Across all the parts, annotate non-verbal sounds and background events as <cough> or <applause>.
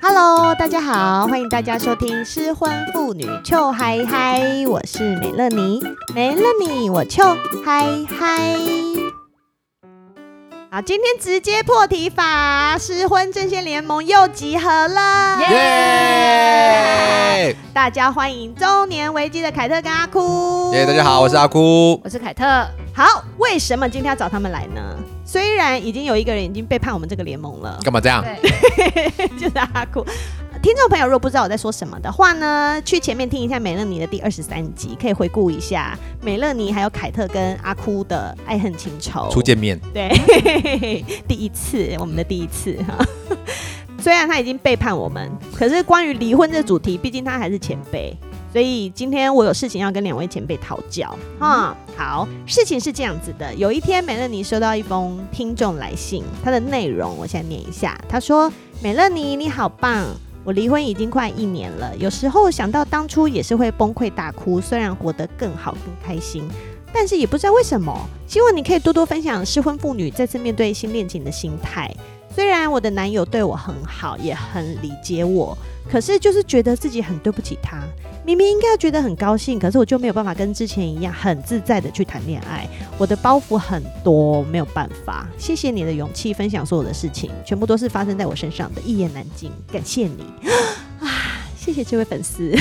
Hello，大家好，欢迎大家收听《失婚妇女糗嗨嗨》，我是美乐妮，没了你我糗嗨嗨。好，今天直接破题法，失婚阵线联盟又集合了，耶！大家欢迎中年危机的凯特跟阿哭。耶！大家好，我是阿哭。我是凯特，啊好，为什么今天要找他们来呢？虽然已经有一个人已经背叛我们这个联盟了，干嘛这样？对， <laughs> 就是阿酷。听众朋友，若不知道我在说什么的话呢，去前面听一下美乐妮的第二十三集，可以回顾一下美乐妮还有凯特跟阿哭的爱恨情仇。初见面，对， <laughs> 第一次，我们的第一次哈。虽然他已经背叛我们，可是关于离婚这主题，毕竟他还是前辈，所以今天我有事情要跟两位前辈讨教哈。好，事情是这样子的，有一天美乐妮收到一封听众来信，它的内容我现在念一下，他说：“美乐妮，你好棒。”我离婚已经快一年了，有时候想到当初也是会崩溃大哭，虽然活得更好更开心，但是也不知道为什么，希望你可以多多分享失婚妇女再次面对新恋情的心态。虽然我的男友对我很好，也很理解我，可是就是觉得自己很对不起他。明明应该要觉得很高兴，可是我就没有办法跟之前一样很自在的去谈恋爱。我的包袱很多，没有办法。谢谢你的勇气，分享所有的事情，全部都是发生在我身上的，一言难尽。感谢你 <gasps> 啊！谢谢这位粉丝。 <laughs>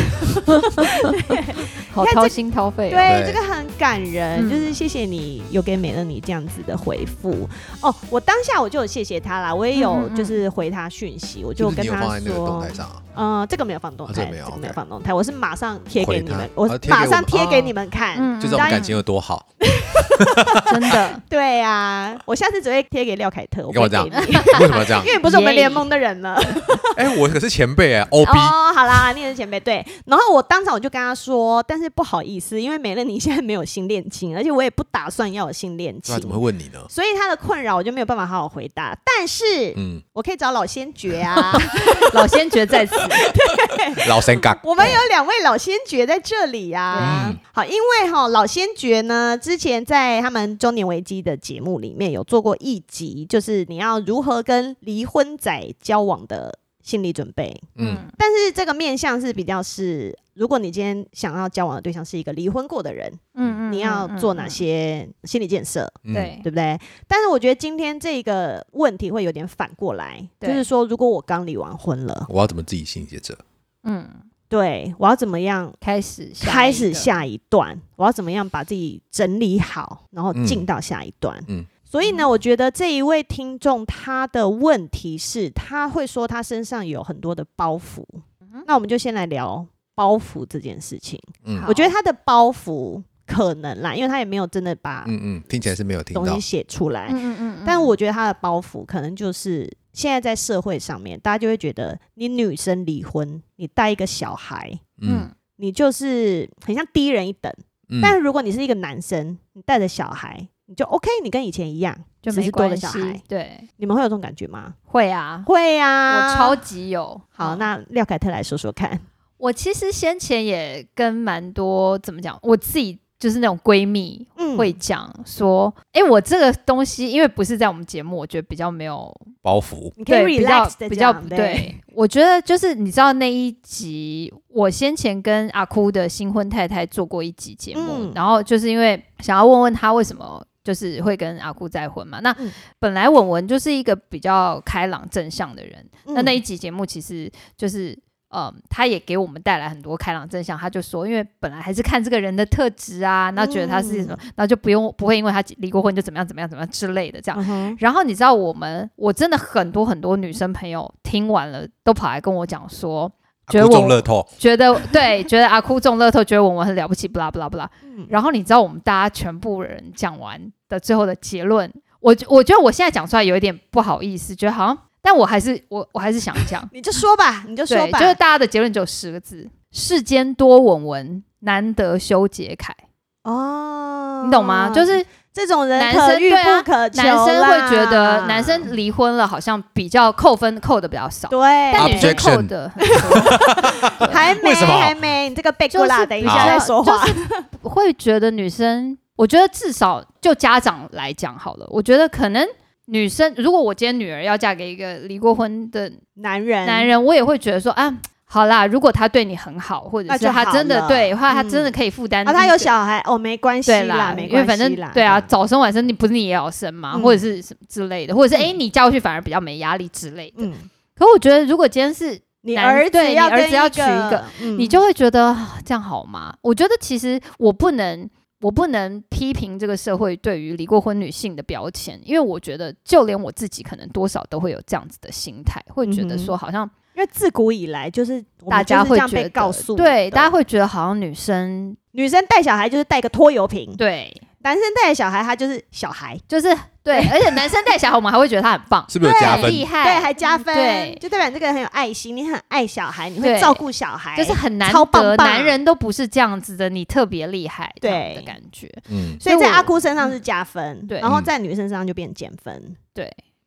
好掏心掏肺、哦，对，对这个很感人，嗯就是谢谢你有给美乐你这样子的回复。哦，我当下我就有谢谢他啦，我也有嗯嗯嗯就是回他讯息，我就就是跟你有放他在那个动说态，上啊，嗯，这个没有放动态，啊这个没有这个没有 OK 放动态，我是马上贴给你回们他，我啊贴给我马们上贴给你们看。嗯就是我们感情有多嗯好。 <laughs> 真的对呀，我下次只会贴给廖凯特，我你不干会嘛给这你，？样为什么要这样因？为你不是我们联盟的人了。 <laughs> 哎，我可是前 <laughs> 辈哎，O B 哦，好啦，你也是前辈对。然后我当场我就跟他说，但是不好意思，因为美乐你现在没有新恋情，而且我也不打算要有新恋那情怎。么会问你呢？所以他的困扰我就没有办法好好回答，但是、嗯，我可以找老先觉 <laughs> 啊，老先觉在此，老 <laughs> 神感，我们有两位老先觉在这里呀、嗯好，因为哈、老先觉呢，之前在他们中年危机的节目里面有做过一集，就是你要如何跟离婚仔交往的心理准备。嗯，但是这个面向是比较是，如果你今天想要交往的对象是一个离婚过的人，嗯你要做哪？些心理建设？嗯，对对，不对？但是我觉得今天这个问题会有点反过来，就对是说，如果我刚离完婚了，我要怎么自己心接着？嗯，对我要怎么样开始下一个开始，下一段？我要怎么样把自己整理好，然后嗯进到下一段？嗯所以呢，我觉得这一位听众他的问题是，他会说他身上有很多的包袱。嗯那我们就先来聊包袱这件事情。嗯我觉得他的包袱可能啦，因为他也没有真的把嗯嗯，听起来是没有听东到西，写出来。嗯嗯嗯，但我觉得他的包袱可能就是现在在社会上面，大家就会觉得你女生离婚，你带一个小孩，嗯，你就是很像低人一等。嗯但如果你是一个男生，你带着小孩，你就 OK，你跟以前一样，就只没是多关个小孩系。，对，你们会有这种感觉吗？会啊，会呀、我超级有。好。嗯那廖凯特来说说看，我其实先前也跟蛮多怎么讲，我自己就是那种闺蜜嗯会讲说，哎、我这个东西因为不是在我们节目，我觉得比较没有包袱，你可对，以比较 relax 的比较不对。我觉得就是你知道那一集，我先前跟阿哭的新婚太太做过一集节目，嗯然后就是因为想要问问她为什么。就是会跟阿哭再婚嘛？那嗯本来文文就是一个比较开朗正向的人，那那一一集节目其实就是，嗯，他也给我们带来很多开朗正向。他就说，因为本来还是看这个人的特质啊，那觉得他是什么，嗯然后就不用不会因为他离过婚就怎么样怎么样怎么样之类的这嗯样。哼然后你知道我们，我真的很多很多女生朋友听完了，都跑来跟我讲说，觉得不我中乐透，觉得对，觉得阿哭中乐透，觉得我们很了不起，不啦不啦不啦。嗯，然后你知道我们大家全部人讲完的最后的结论，我我觉得我现在讲出来有一点不好意思，觉得好像，但我还是我我还是想讲你就说吧，你就 <sniffs> 说对，吧，就是大家的结论只有十个字：世间多闻闻，难得修杰楷。哦，你懂吗？就是这种人男可生遇对啊不可求男生啦会觉得男生离婚了好像比较扣分扣的比较少，对，哎但女生 Objection 扣的很多还没为什么还没，你这个背过啦，就是等一比下再较说话。 <laughs> 会觉得女生，我觉得至少就家长来讲好了，我觉得可能女生，如果我今天女儿要嫁给一个离过婚的男人，男人，我也会觉得说啊，好啦，如果他对你很好，或者那是就他好真的了对，或者他嗯真的可以负担，啊，他有。小孩哦，没关系对啦，没因为关反正系啦，对啊，早生晚生你不是你也要生嘛，嗯或者是什么之类的，或者是嗯哎诶，你嫁过去反而比较没压力之类的。嗯，可我觉得如果今天是你男儿子对要你儿跟子要娶一个，嗯你就会觉得啊这样好吗？我觉得其实我不能，我不能批评这个社会对于离过婚女性的标签，因为我觉得就连我自己可能多少都会有这样子的心态，会觉嗯得哼说好像因为自古以来就是我们大家就是会这样觉被得告诉的，对，大家会觉得好像女生女生带小孩就是带个拖油瓶，对，男生带小孩他就是小孩，就是 <laughs> 对，而且男生带小孩我们还会觉得他很棒，是不是有加很分？厉害，对，还加分，嗯对就代表你这个人很有爱心，你很爱小孩，你会对照顾小孩，就是很难超棒得，棒男人都不是这样子的，你特别厉害，这样的对感觉。嗯，所以所以在我嗯阿姑身上是加分，对然后在女生身上就变减分，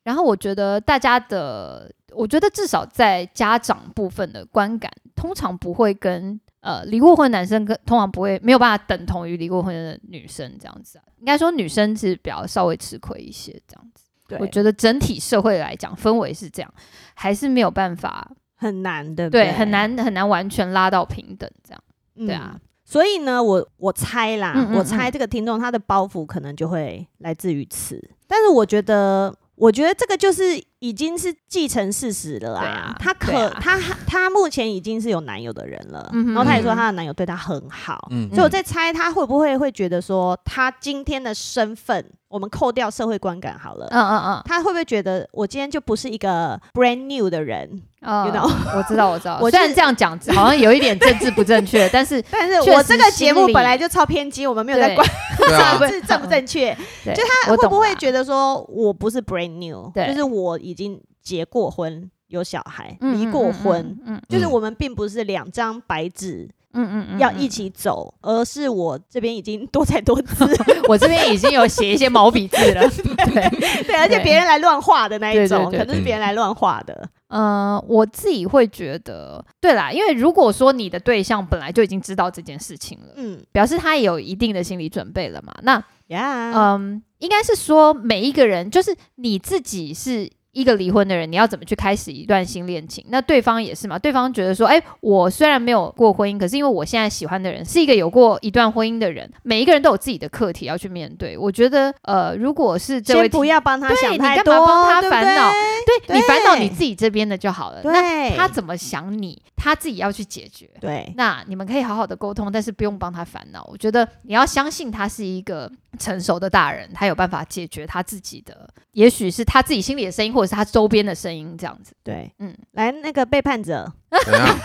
然后我觉得大家的，我觉得至少在家长部分的观感，通常不会跟呃离过婚的男生跟通常不会没有办法等同于离过婚的女生这样子啊。应该说女生是比较稍微吃亏一些这样子。对，我觉得整体社会来讲氛围是这样，还是没有办法很难，对不对很，难很难完全拉到平等这样。嗯对啊。所以呢，我我猜啦，嗯嗯嗯我猜这个听众他的包袱可能就会来自于此，但是我觉得，我觉得这个就是已经是既成事实了对啊啊。他可、对啊他他目前已经是有男友的人了，嗯哼然后他也说嗯哼他的男友对他很好，嗯所以我在猜他会不会会觉得说，他今天的身份，我们扣掉社会观感好了。嗯嗯他会不会觉得我今天就不是一个 brand new 的人？嗯， You 嗯 know 我知道我知道。 <laughs> 我虽然是这样讲好像有一点政治不正确，<laughs> 但是但是确实我这个节目心里本来就超偏激，我们没有在对管对啊， <laughs> 政治正不正 <laughs> 确。对，就他会不会觉觉得说我不是 brand new，对就是我已经结过婚、有小孩、嗯离过婚，，嗯就是嗯我们并不是两张白纸嗯嗯嗯，要一嗯。 <laughs> 起走，而是我这边已经多才多姿，我这边已经有写一些毛笔字了。 <laughs> 对，对，而且别人来乱画的那一种，对对对可能是别人来乱画的，嗯、我自己会觉得，对啦，因为如果说你的对象本来就已经知道这件事情了，嗯表示他也有一定的心理准备了嘛。那嗯、呀，应该是说每一个人，就是你自己是。一个离婚的人，你要怎么去开始一段新恋情？那对方也是嘛？对方觉得说，哎，我虽然没有过婚姻，可是因为我现在喜欢的人是一个有过一段婚姻的人，每一个人都有自己的课题要去面对。我觉得，呃，如果是这位先听不要帮他对想你太干多，嘛帮他对不烦恼对对你烦恼你自己这边的就好了。那对，他怎么想你，他自己要去解决。对，那你们可以好好的沟通，但是不用帮他烦恼。我觉得你要相信他是一个成熟的大人，他有办法解决他自己的，也许是他自己心里的声音，或者是他周边的声音，这样 <laughs> 子对，嗯嗯，来那个背叛者嗯怎样？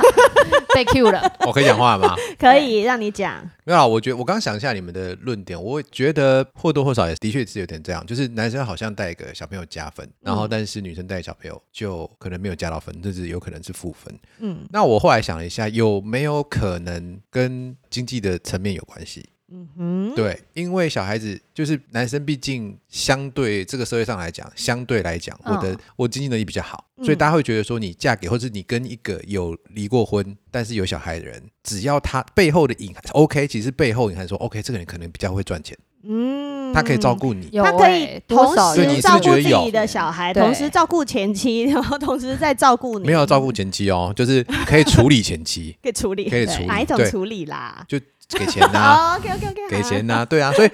被 Q 了。我可以讲话了吗？可以让你讲，没有啦，我觉得我刚想一下你们的论点，我觉得或多或少也的确是有点这样，就是男生好像带给小朋友加分，然后但是女生带小朋友就可能没有加到分，甚至有可能是负分。嗯那我后来想了一下，有没有可能跟经济的层面有关系？嗯哼，对，因为小孩子就是男生，毕竟相对这个社会上来讲，相对来讲，我的、嗯我经济能力比较好，嗯所以大家会觉得说，你嫁给或者你跟一个有离过婚但是有小孩的人，只要他背后的隐含 OK，其实背后隐含说 OK，这个人可能比较会赚钱，嗯，他可以照顾你。有他可欸以同多少对时你是有照顾不是觉自得有己的小孩，对同时照顾前妻，然后同时在照顾你，，没有照顾前妻哦，就是可以处理前妻可以处理可以处理，哪一种对，处理啦？给钱 <laughs> 哦呐、o k OK OK，给钱呐、对啊，所以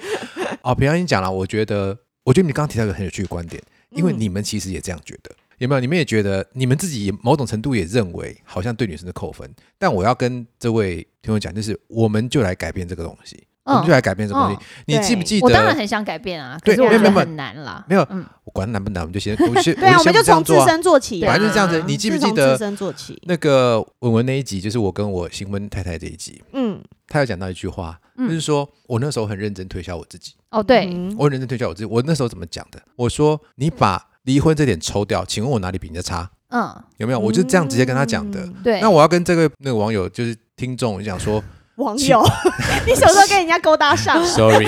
哦，平常你讲了，我觉得，我觉得你刚刚提到一个很有趣的观点，嗯因为你们其实也这样觉得，有没有？你们也觉得，你们自己也某种程度也认为，好像对女生的扣分。但我要跟这位听众讲，就是我们就来改变这个东西，哦我们就嗯，来改变这个东西。你记不记我当然得？很想改变啊，可对是我没觉有得没有很难啦。没有嗯，我管难不难，我们就先，我 <laughs> 们先，对啊，我们就先这从样自做啊。身做起啊，反正是这样子你记不记得是从自身做起？那个文文那一集，就是我跟我新婚太太这一集，嗯，她有讲到一句话，嗯就是说我那时候很认真推销我自己。哦对，嗯，我很认真推销我自己。我那时候怎么讲的？我说你把离婚这点抽掉，请问我哪里比人家差？嗯有没有？我就这样直接跟他讲的。嗯对。那我要跟这个那个网友就是听众讲 <laughs> 说网友， <laughs> 你什么时候跟人家勾搭上？ <laughs> ，sorry，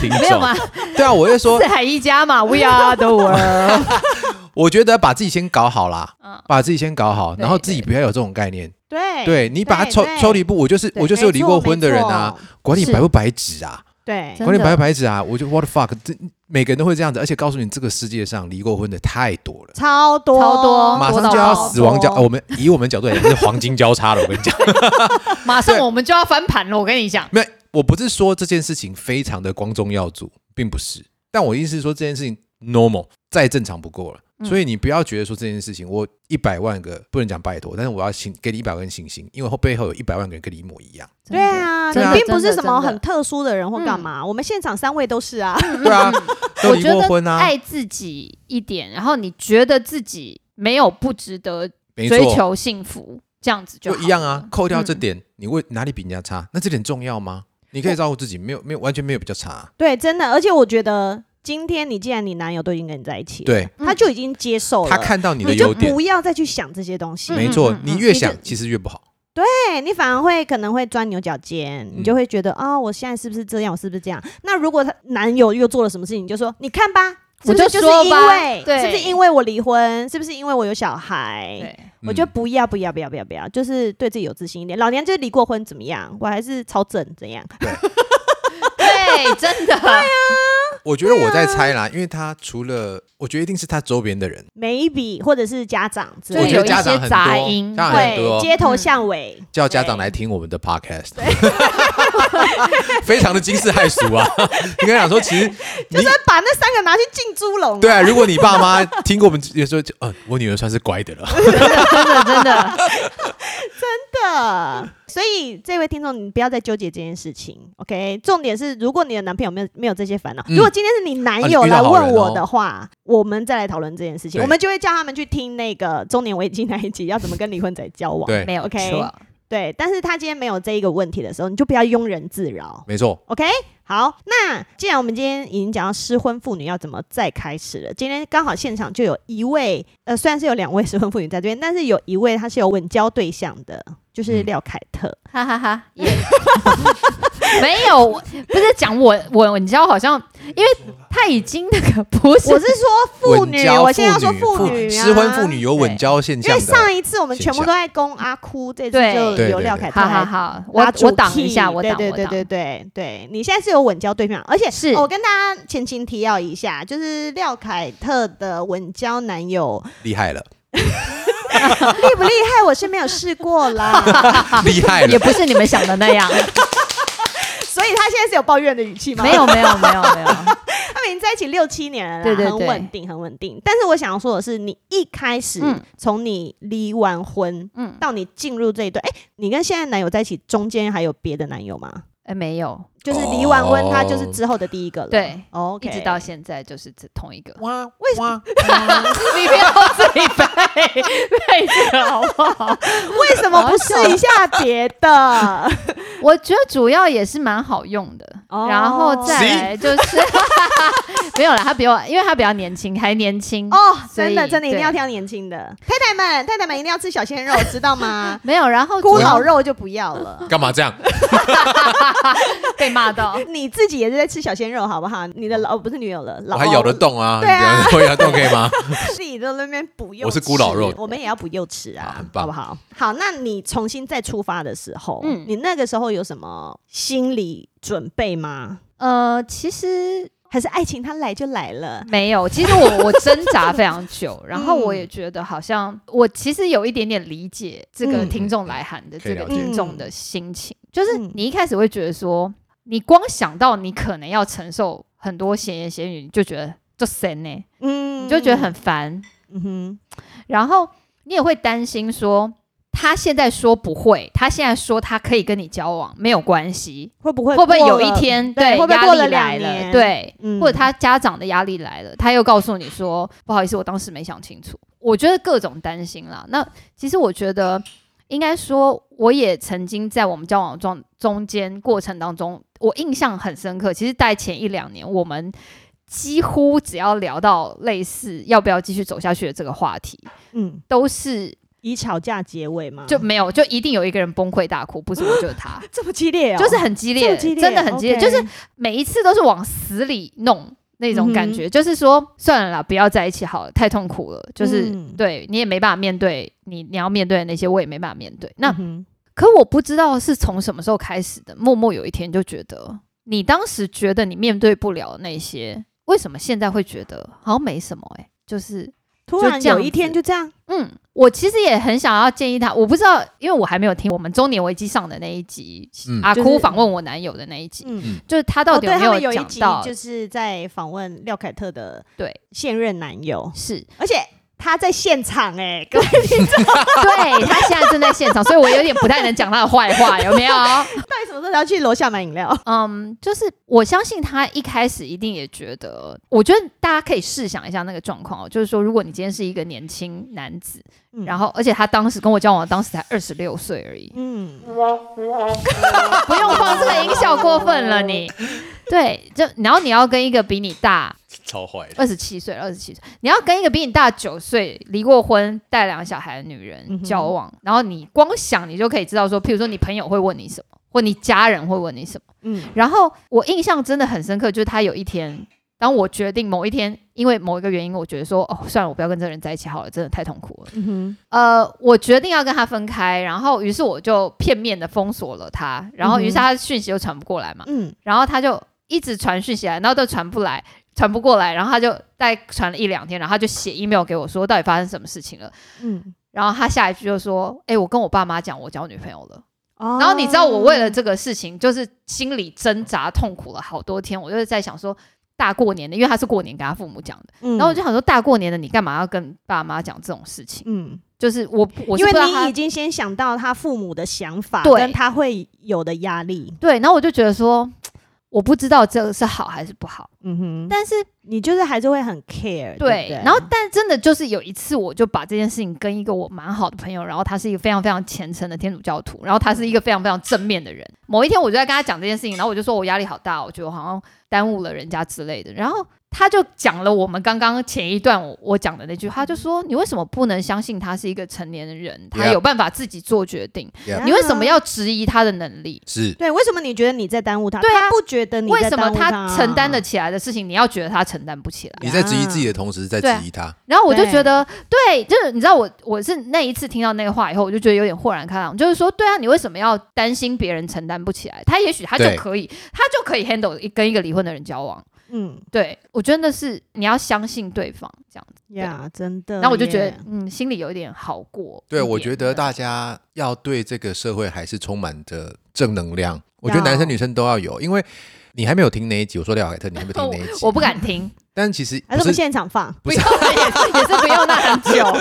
听没有嘛，众。对啊，我就 <laughs> 说四，海一家嘛，We are the world。 <laughs> 我觉得把自己先搞好啦，嗯把自己先搞好，对然后自己不要有这种概念。对对你把它对抽对抽离不，我就是对我就是有离过婚的人啊，，管你是白不白纸没错没啊，错真对管你的白不白纸啊，我就 what the fuck，这每个人都会这样子，而且告诉你，这个世界上离过婚的太多了。超多超多马上多就到要爆死亡交，呃多我们以我们角度来讲是黄金交叉了。我跟你讲，马上我们就要翻盘了，我跟你讲，没有，我不是说这件事情非常的光宗耀祖，并不是，但我意思是说这件事情 normal 再正常不过了。嗯所以你不要觉得说这件事情，我一百万个不能讲拜托，但是我要信给你一百万个信心，因为后背后有一百万个人跟你一模一样。对啊，真的并不是真的什么真的嗯很特殊的人或干嘛，我们现场三位都是啊。对啊，都我离觉过得婚啊，爱自己一点，然后你觉得自己没有不值得没追错，求幸福，这样子就就好一样啊。扣掉这嗯点，你为哪里比人家差？那这点重要吗？你可以照顾自己，没有没有完全没有比较差啊。 <laughs> 对，真的，而且我觉得今天你既然你男友都已经跟你在一起了，对嗯他就已经接受了，他看到你你的优就点，不要再去想这些东西。嗯没错嗯，嗯你越你就想其实越不好。对你反而会可能会钻牛角尖，嗯你就会觉得啊、我现在是不是这样，我是不是这样？那如果他男友又做了什么事情，你就说你看吧，是我不是就是说因吧为，对是不是因为我离婚，是不是因为我有小孩？对，我觉嗯得不要不要不要不要不要，就是对自己有自信一点。老娘就是离过婚怎么样，我还是超正怎样？对，真的，我觉得我在猜啦，因为他除了，我觉得一定是他周边的人，每一笔或者是家长之就我类的觉有得一家些长很杂多音家长对，很多，街头巷尾叫家长对来听我们的 podcast，非常的惊世骇俗 <laughs> 啊！你跟他讲说，其实你就是把那三个拿去进猪笼、对啊，如果你爸妈听过我们也说，就嗯，我女儿算是乖的了， <laughs> 真的真 <laughs> 的，的。所以这位听众，你不要再纠结这件事情，OK？重点是，如果你的男朋友没有没有这些烦恼，嗯如果今天是你男友啊你遇来到好人问我的话，我们再来讨论这件事情。对我们就会叫他们去听那个中年危机那一集，要怎么跟离婚者交往。 <laughs> 对没有 OK 错，对但是他今天没有这一个问题的时候，你就不要庸人自扰。没错， OK，好，那既然我们今天已经讲到失婚妇女要怎么再开始了，今天刚好现场就有一位，呃，虽然是有两位失婚妇女在这边，但是有一位她是有稳交对象的，就是嗯廖凯特。哈哈哈，也 <laughs> 没有，我不是讲我我你知道好像，因为他已经那个不是我 <laughs> 是说妇稳女，交我现在要说妇妇女、啊，失婚妇女。有稳对交现因象为的，上一次我们全部都在攻阿哭，这次对就对有对廖凯特好好来好，我拉主题。我挡一下，我挡对我对对对对挡，对，你现在是有稳交对象，而且是哦我跟大家前情提要一下，就是廖凯特的稳交男 <laughs> 友厉害了，厉不厉害，我是没有试过啦， <laughs> 厉害也了，不是你们想的那样， <laughs> 所以他现在是有抱怨的语气吗？没有没有没有没有， <laughs> 他们已经在一起六七年了啦，对对很对稳定，很稳定。但是我想要说的是，你一开始嗯从你离完婚，嗯到你进入这一段，哎、你跟现在男友在一起，中间还有别的男友吗？哎没 <laughs> 有，就是离完婚，哦他就是之后的第一个了。哦对，OK，一直到现在就是这同一个，哇，为什么？ <laughs> 你不要自己背背着好不好？为什么不试一下别 <laughs> 的？ <laughs> 我觉得主要也是蛮好用的，哦然后再来就是 <laughs> 没有啦，他比我，因为他比较年轻，还年轻哦，所真以的真的一定对？要挑年轻的，太太们，太太们一定要吃小鲜肉，知道吗 <laughs> 没有，然后孤主要老肉就不要了。 <laughs> 干嘛这样？ <laughs> 被骂到，你自己也是在吃小鲜肉，好不好？你的老哦不是女友了，老 <laughs> 我还咬得动啊？对啊你这样我咬得 <laughs> 动可以吗？自己在那边不幼，我是孤老肉我们也要不幼吃啊，好很棒好不好？好，那你重新再出发的时候，嗯你那个时候有什么心理准备吗？呃，其实还是爱情它来就来 <laughs> 了？没有，其实我我挣扎非常久，然后我也觉得好像我其实有一点点理解这个嗯听众来函的可以这个了解听众的心情，就是嗯你一开始会觉得说，你光想到你可能要承受很多闲言闲语，你就觉得就神呢，嗯你就觉得很，烦，嗯哼，然后你也会担心说，他现在说不会，他现在说他可以跟你交往，没有关系，会不会会不会过有一了？天对会不会压过力了两来年了，对，嗯或者他家长的压力来了，他又告诉你说不好意思，我当时没想清楚。我觉得各种担心啦。那其实我觉得应该说，我也曾经在我们交往中中间过程当中，我印象很深刻。其实，在前一两年，我们几乎只要聊到类似要不要继续走下去的这个话题，嗯，都是以吵架结尾吗？就没有，就一定有一个人崩溃大哭，不是我就是他， <laughs> 这么激烈哦，就是很激烈，这么激烈哦真的很激烈， OK 就是每一次都是往死里弄那种感嗯觉，就是说算了啦，不要在一起好了，太痛苦了，就是、嗯对你也没办法面对你你要面对的那些，我也没办法面对。那、嗯哼可我不知道是从什么时候开始的，默默有一天就觉得，你当时觉得你面对不了那些。为什么现在会觉得好像没什么、欸？哎，就是突然这样有一天子就这样，嗯，我其实也很想要建议他，我不知道，因为我还没有听我们中年危机上的那一集，嗯阿就是哭访问我男友的那一集，嗯。就是他到哦，底对，他没们有一讲集到？就是在访问廖凯特的对现任男友，是而且他在现场哎、各位对，他现在正在现场，所以我有点不太能讲他的坏话，有没 <laughs> 有？到底什么时候要去楼下买饮料？嗯，就是我相信他一开始一定也觉得，我觉得大家可以试想一下那个状况哦，就是说，如果你今天是一个年轻男子，嗯然后而且他当时跟我交往，当时才二十六岁而已，嗯，不用放这个音效，过分了你。对，就然后你要跟一个比你大超坏的。二十七岁，二十七岁，你要跟一个比你大九岁、离过婚、带两个小孩的女嗯人哼交往，然后你光想你就可以知道说，譬如说你朋友会问你什么，或你家人会问你什么。嗯，然后我印象真的很深刻，就是他有一天，当我决定某一天，因为某一个原因，我觉得说，哦，算了，我不要跟这个人在一起好了，真的太痛苦了。嗯哼，呃，我决定要跟他分开，然后于是我就片面的封锁了他，然后于是嗯哼他讯息又传不过来嘛，嗯，然后他就一直传讯息啊来，然后都传不来，传不过来，然后他就大概传了一两天，然后他就写 email 给我说，到底发生什么事情了。嗯，然后他下一句就说：“哎、我跟我爸妈讲，我交女朋友了。”哦然后你知道我为了这个事情，就是心里挣扎痛苦了好多天。我就是在想说，大过年的，因为他是过年跟他父母讲的，嗯然后我就想说，大过年的你干嘛要跟爸妈讲这种事情？嗯，就是我，我是因为不知道你已他经先想到他父母的想法，对跟他会有的压力，对，然后我就觉得说，我不知道这个是好还是不好，嗯哼，但但是你就是还是会很 care，对不对对，，然后但真的就是有一次，我就把这件事情跟一个我蛮好的朋友，然后他是一个非常非常虔诚的天主教徒，然后他是一个非常非常正面的人。某一天我就在跟他讲这件事情，然后我就说我压力好大，我觉得我好像耽误了人家之类的。然后他就讲了我们刚刚前一段我我讲的那句话，他就说你为什么不能相信他是一个成年人，他 Yeah 有办法自己做决定 Yeah 你为什么要质疑他的能力？是对，为什么你觉得你在耽误他？对啊他不觉得你为在什么耽误他啊承担得？起来的事情，你要觉得他承担不起来？你在质疑自己的同时，在质疑他。然后我就对觉得，对，就是你知道我我是那一次听到那个话以后，我就觉得有点豁然开朗，就是说，对啊，你为什么要担心别人承担不起来？他也许他就对可以，他就可以 handle 一跟一个离婚的人交往。嗯，对我觉得那是你要相信对方这样子。呀，真的耶。然后我就觉得，嗯，心里有一点好过一对，点。嗯我觉得大家要对这个社会还是充满着正能量。我觉得男生女生都要有，因为你还没有听那一集，我说廖凯特，你还没有听那一集， <laughs> 我不敢听，但其实还是我不们是，现场放，不不是用 <laughs> 也也是不用那很 <laughs> 久。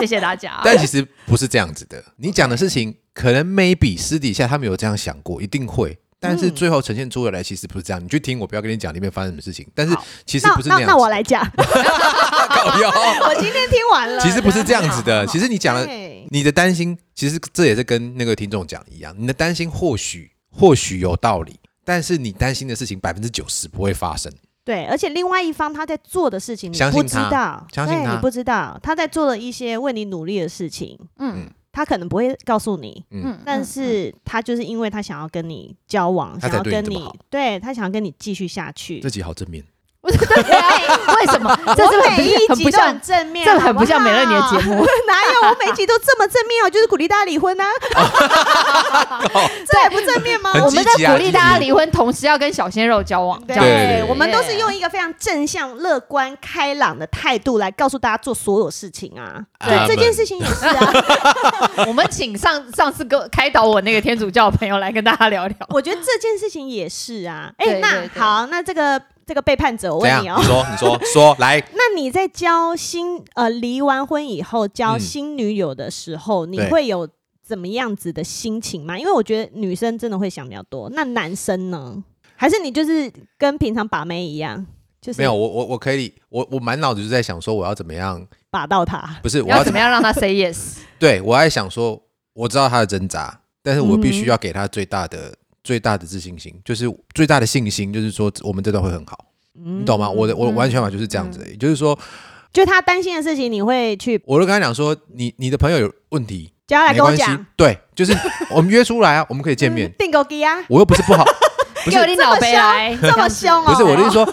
谢谢大家。但其实不是这样子的。你讲的事情，可能 maybe 私底下他们有这样想过，一定会。但是嗯最后呈现出来，其实不是这样。你去听，我不要跟你讲里面发生什么事情。但是好其实那不是那样那我子，来讲， <laughs> 靠腰我今天听完了，其实不是这样子的。好其实你讲了，对你的担心，其实这也是跟那个听众讲一样，你的担心或许或许有道理，但是你担心的事情百分之九十不会发生。对，而且另外一方他在做的事情你相不信知他道，相信对他你不知道他在做了一些为你努力的事情，嗯他可能不会告诉你，嗯，但是他就是因为他想要跟你交往，他想才要对你跟这么你好，对他想要跟你继续下去这。集好正面，我觉得 <laughs> 对啊为什么？这是不我是每一很集不都很像，正面，这很不像美乐你的节目。目。 <laughs> 哪有我每一集都这么正面？我哦就是鼓励大家离 <laughs> 婚啊，这还不正面吗？很我积们 <laughs> 极在啊鼓励大家积极离婚，同时要跟小鲜肉交往。这对，样对对对我们都是用一个非常正向、乐观、开朗的态度来告诉大家做所有事情啊。对这件事情也是啊， <laughs> 我们请上上次跟开导我那个天主教的朋友来跟大家聊聊。我觉得这件事情也是啊。哎、对那对对好，那这个这个背叛者，我怎样？问你哦、说，你说，说来，那你在交新呃离完婚以后交嗯新女友的时候，你对会有怎么样子的心情吗？因为我觉得女生真的会想比较多，那男生呢？还是你就是跟平常把妹一样，就是没有，我我我可以，我我满脑子就在想说我要怎么样，把到他？不是你我 <laughs> 要要怎怎么么，样让他 say <laughs> yes？对我还想说，我知道他的挣扎，但是我必嗯须哼要给他最大的最大的自信心，就是最大的信心，就是说我们这段会很好，你你懂吗？我的我嗯的完全法就是这样子的，也就是说，就他担心的事情，你会去我就跟他讲说，你你的朋友有问题，叫他来没跟我关系讲。，对，就是我们约出来啊，我们可以见面嗯。订购机 <laughs> 啊，我又不是不 <laughs> 好，不是给我你脑杯来，这么凶哦、不是，我就是说，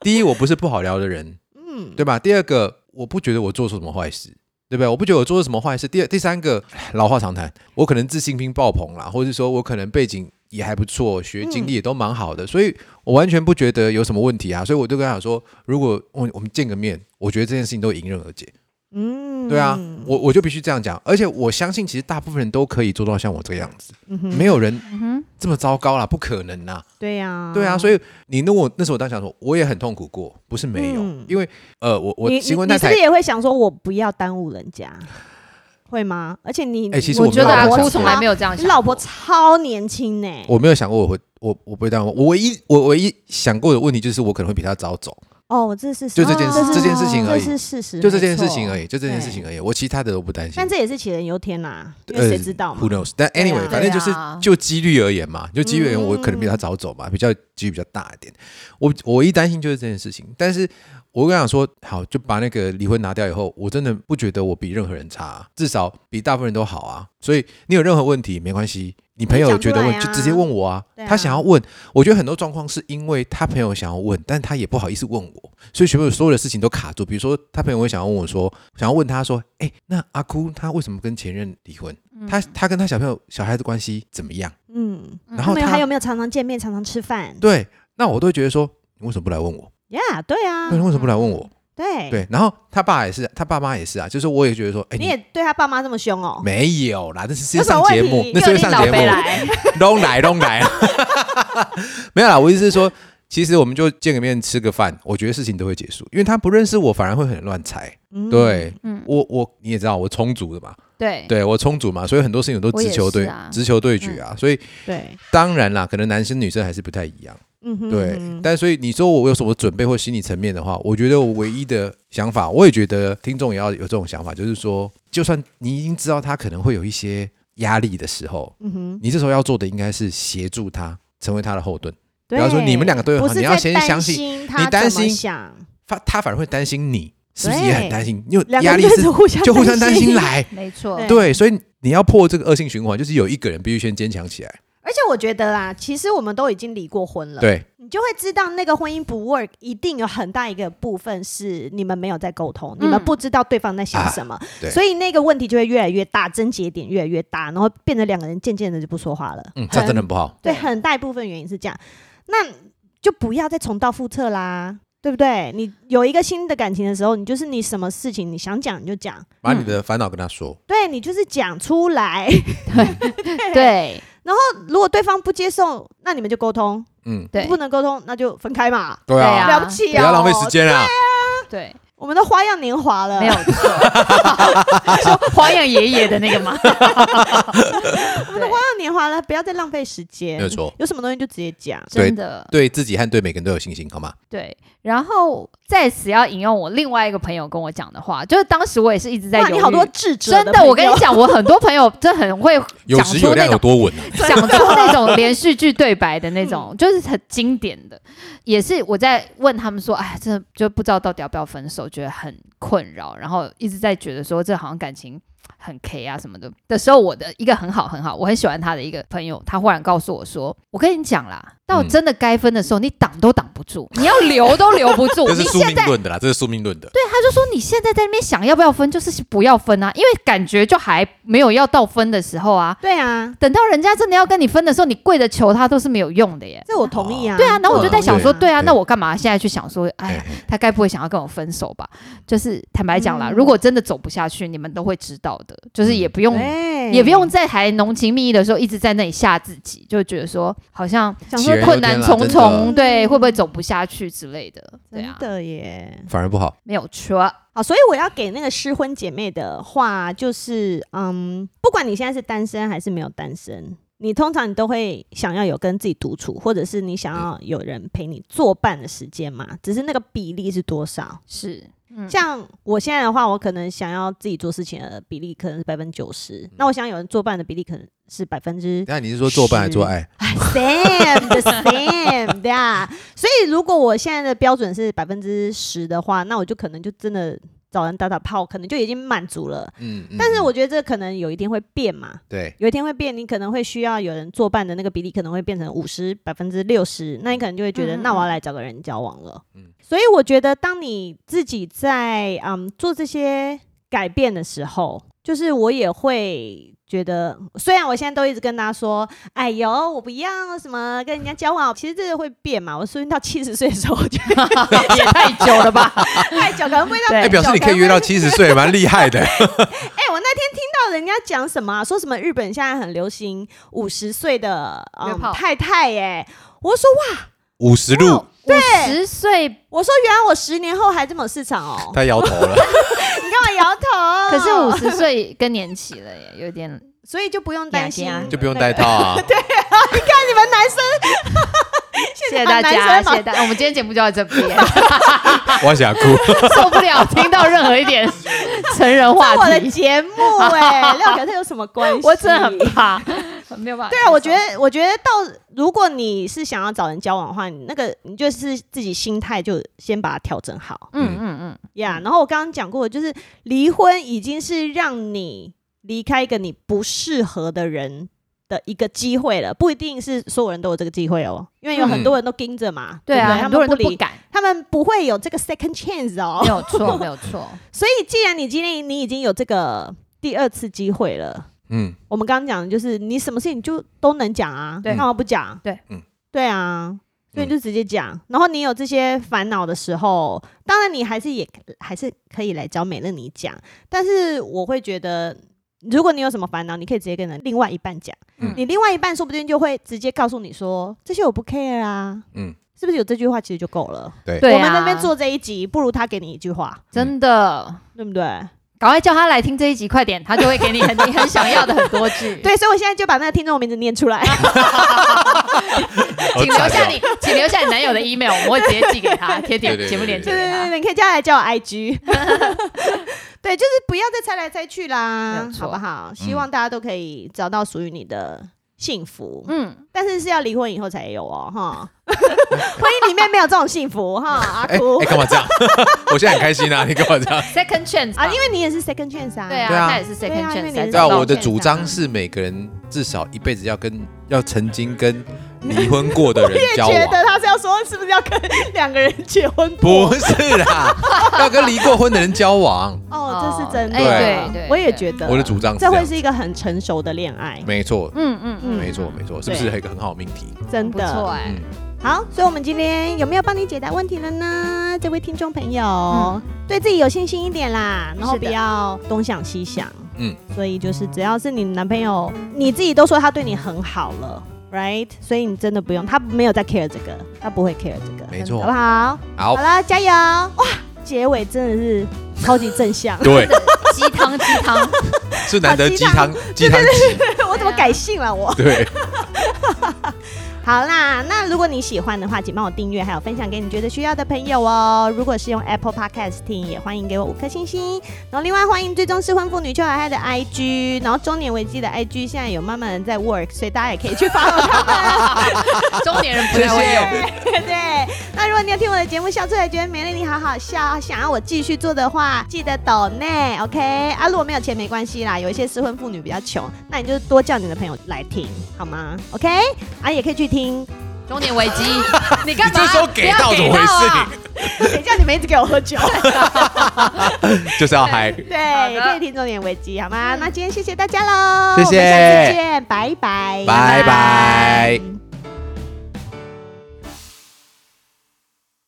第一，我不是不好聊的人，嗯，对吧？第二个，我不觉得我做出什么坏事，对不对？我不觉得我做出什么坏事。第二、第三个，老话常谈，我可能自信心爆棚啦，或者是说我可能背景也还不错，学嗯经历也都蛮好的，所以我完全不觉得有什么问题啊。所以我就跟他讲说，如果我我们见个面，我觉得这件事情都迎刃而解。嗯，对啊，我我就必须这样讲，而且我相信其实大部分人都可以做到像我这个样子，嗯哼没有人嗯哼，这么糟糕啦，不可能啦。对呀，对啊，以所以你那我那时候我当时想说，我也很痛苦过，不是没有，嗯因为呃，我我你新闻你太你是太不是也会想说，我不要耽误人家，会吗？而且你，哎其实我我觉得没阿有老想婆哭过从来没有这样你想过，老婆超年轻呢，我没有想过我会我我不会当我唯一我唯一想过的问题就是我可能会比他早走，哦，这是就这件事这件是事情而已这是事实，就这件事情而已。已，就这件事情而已，我其他的都不担心。但这也是杞人忧天啦，因为谁知道嘛 Who？knows？但对啊 anyway，、反正就是对啊就几率而言嘛，就几率而言，嗯我可能比他早走嘛，比较几率比较大一点。我我一担心就是这件事情，但是我跟他讲说，好，就把那个离婚拿掉以后，我真的不觉得我比任何人差啊、至少比大部分人都好啊。所以你有任何问题没关系，你朋友有觉得问、你讲出来啊就直接问我啊。对啊他想要问，我觉得很多状况是因为他朋友想要问，但他也不好意思问我，所以全部所有的事情都卡住。比如说他朋友会想要问我说，想要问他说，哎、那阿哭他为什么跟前任离婚？嗯他他跟他小朋友小孩的关系怎么样？嗯，嗯然他后们还他有没有常常见面、常常吃饭？对，那我都会觉得说，你为什么不来问我？呀，对啊那，你为什么不来问我？对，对，然后他爸也是，他爸妈也是啊，就是我也觉得说，哎，嗯你也对他爸妈这么凶哦？没有啦，那是是有什么上节问目题，那是会上节目又 <laughs> 拎老杯 <laughs> 来，都来都来， <laughs> 没有啦，我意思是说，其实我们就见个面吃个饭，我觉得事情都会结束，因为他不认识我，反而会很乱猜。嗯，对嗯，我我你也知道，我充足的嘛，对，对我充足嘛，所以很多事情我都我直也球对是啊直球对嗯决啊，所以对，当然啦，可能男生女生还是不太一样。嗯哼对，嗯哼但所以你说我有什么准备或心理层面的话，我觉得我唯一的想法，我也觉得听众也要有这种想法，就是说，就算你已经知道他可能会有一些压力的时候，嗯哼，你这时候要做的应该是协助他成为他的后盾。对比方说你们两个都有不好是你要在先担相信信你他担怎么心想，他他反而会担心你是不是也很担心，因为两个压人力就是是互相就互相担心心。来。没错， <laughs> 对对，所以你要破这个恶性循环，就是有一个人必须先坚强起来。而且我觉得啦，其实我们都已经离过婚了，对，你就会知道那个婚姻不 work，一定有很大一个部分是你们没有在沟通，你们不知道对方在想什么，对所以那个问题就会越来越大，症结点越来越大，然后变得两个人渐渐的就不说话了。嗯，这样真的很不好。对，对很大一部分原因是这样，那就不要再重蹈覆辙啦。对不对？你有一个新的感情的时候，你就是你什么事情你想讲你就讲，把你的烦恼跟他说，对你就是讲出来。 <laughs> 对如果对方不接受，那你们就沟通；嗯，对不能沟通，那就分开嘛。对对啊啊，了不起、不哦，要浪费时间啊。对，我们都花样年华了，没有错，说花样爷爷的那个吗？对花样年华了，不要再浪费时间。没有错嗯有什么东西就直接讲。对真的对自己和对每个人都有信心，好吗？对。然后在此要引用我另外一个朋友跟我讲的话，就是当时我也是一直在哇，犹豫，你好多智者真的的，朋友我跟你，讲，我很多朋友真的很会有讲时出有那量有种多稳啊！讲出那种连续剧对白的那种，就是很经典的。也是我在问他们说，哎，真的就不知道到底要不要分手，觉得很困扰，然后一直在觉得说这好像感情很 K 啊什么的的时候，我的一个很好很好，我很喜欢他的一个朋友，他忽然告诉我说，我跟你讲啦，到真的该分的时候，你挡都挡不住，你要留都留不住，这你是宿现命在论的啦，这是宿命论的。对，他就说你现在在那边想要不要分，就是不要分啊，因为感觉就还没有要到分的时候啊。对啊，等到人家真的要跟你分的时候，你跪着求他都是没有用的耶。这我同意啊。对啊，然后我就在想说，这对啊，哦对那我干嘛现在去想说，哎呀，哎，他该不会想要跟我分手吧？就是坦白讲啦，嗯如果真的走不下去，你们都会知道的，就是也不用我同意啊，。对也不用在还浓情蜜意的时候一直在那里吓自己，就觉得说好像想杞说人忧困难重天啦重，真的对，会不会走不下去之类的，对真啊，的耶。反而不好。没有错，好，所以我要给那个失婚姐妹的话，就是嗯，不管你现在是单身还是没有单身，你通常你都会想要有跟自己独处，或者是你想要有人陪你作伴的时间嘛，只是那个比例是多少？是，嗯像我现在的话，我可能想要自己做事情的比例可能是百分之九十，那我想要有人作伴的比例可能是百分之 <laughs> 那你是说作伴还是做爱？ same the same 对啊。所以如果我现在的标准是百分之十的话，那我就可能就真的找人打打炮，可能就已经满足了。嗯，嗯但是我嗯觉得这可能有一天会变嘛，对有一天会变，你可能会需要有人作伴的那个比例可能会变成五十百分之六十，那你可能就会觉得，嗯嗯那我要来找个人交往了。嗯所以我觉得，当你自己在嗯做这些改变的时候，就是我也会觉得，虽然我现在都一直跟他说，哎呦，我不要什么跟人家交往，其实这个会变嘛。我说到七十岁的时候，我觉 <laughs> 得也太久了吧？太久可能会到对哎，表示你可以约到七十 <laughs> 岁，蛮厉害的。哎、我那天听到人家讲什么啊、说什么日本现在很流行五十岁的、约嗯、炮太太、哎，我说哇，五十路， <laughs> 五十岁，我说原来我十年后还这么有市场哦，他摇头 <laughs> 了。你干嘛摇头？可是五，十岁更年期了耶，有点 <laughs> 所以就不用担心呀呀，就不用戴套啊。那你们男生， <laughs> 谢谢大男家，生嘛谢谢大家。哦我们今天节目就到这边， <laughs> 我想哭。受不了听到任何一点成人 <laughs> 这话是我的题，节目 <laughs> 哎、廖可特有什么关系？我真的很 <laughs> 怕，没有办法。对啊，我觉哦得，我觉得到如果你是想要找人交往的话，你那个你就是自己心态就先把它调整好嗯嗯嗯，呀。然后我刚刚讲过，就是离婚已经是让你离开一个你不适合的人的一个机会了，不一定是所有人都有这个机会哦，因为有很嗯多人都盯着嘛，对不啊，对他很多们人都理 <laughs> 不敢，他们不会有这个 second chance 哦没。有错，没有 <laughs> 错。所以，既然你今天你已经有这个第二次机会了，嗯，我们刚刚讲的就是你什么事情就都能讲啊，对干嘛不讲？对，嗯，对啊，所以你就直接讲。然后你有这些烦恼的时候，当然你还是也还是可以来找美乐你讲，但是我会觉得。如果你有什么烦恼，你可以直接跟人另外一半讲，嗯你另外一半说不定就会直接告诉你说这些我不 care 啊，嗯是不是有这句话其实就够了？对啊，我们那边做这一集，不如他给你一句话，真的。对不对？赶快叫他来听这一集，快点，他就会给你很 <laughs> 你很想要的很多句。，对，所以我现在就把那个听众名字念 <laughs> 出来。好请留惨下哦你，请留下你男友的 email，我们会直接寄给他，贴点对对节目链接对对对给对他。对，你可以叫他来叫我 IG。对，就是不要再猜来猜去没啦有，错好不好？希望大家都可以找到属于你的幸福，嗯，但是是要离婚以后才有哦，哈。婚姻里面没有这种幸福哈，阿哎哭哎，干嘛这样？ <laughs> 我现在很开心啊！你干 <laughs> 嘛这样？ ，second chance 啊，吧因为你也是 second chance 啊。对啊，对啊他也是对 second 啊因为你 chance 才是对啊，找到我的你主张是每个人至少一辈子要跟要曾经跟离婚 <laughs> 过的人交觉往，得他是要说是不是要跟两个人结婚过？不是啦， <laughs> 要跟离过婚的人交往。哦，这是真的。哎对对对我也觉得我的主张是这这会样，是一个很成熟的恋爱，没错，嗯嗯嗯，没错，没错，是不是一个很好的命题？真不的。错哎嗯，，好，所以我们今天有没有帮你解答问题了呢？这位听众朋友，嗯对自己有信心一点啦，然后是不的要东想西想。嗯，所以就是只要是你男朋友，你自己都说他对你很好了，right？所以你真的不用，他没有在 care 这个，他不会 care 这个，没错好不好？好，好，了，加油！哇，结尾真的是超级正向对，鸡汤鸡 <laughs> 汤，是难得好鸡鸡汤汤鸡汤鸡，我怎么改姓了我？对，好啦，那如果你喜欢的话，请帮我订阅，还有分享给你觉得需要的朋友哦。如果是用 Apple Podcast 听，也欢迎给我五颗星星。然后另外欢迎追踪失婚妇女邱海海的 IG，然后中年危机的 IG 现在有慢慢人在 work，所以大家也可以去 follow 他们。中年人不谢太会用。谢，对，那如果你有听我的节目笑出来，觉得美丽你好好笑，想要我继续做的话，记得抖内，OK？啊，如果没有钱没关系啦，有一些失婚妇女比较穷，那你就多叫你的朋友来听，好吗？OK？啊，也可以去听中年危机，你干你嘛？这时候给到啊怎么回 <laughs> 事？谁叫你们一直给我喝酒？你就是要嗨。对，也好的可以听中年危机，嗯好吗？那今天谢谢大家喽，谢谢我们下次见，拜拜，拜拜。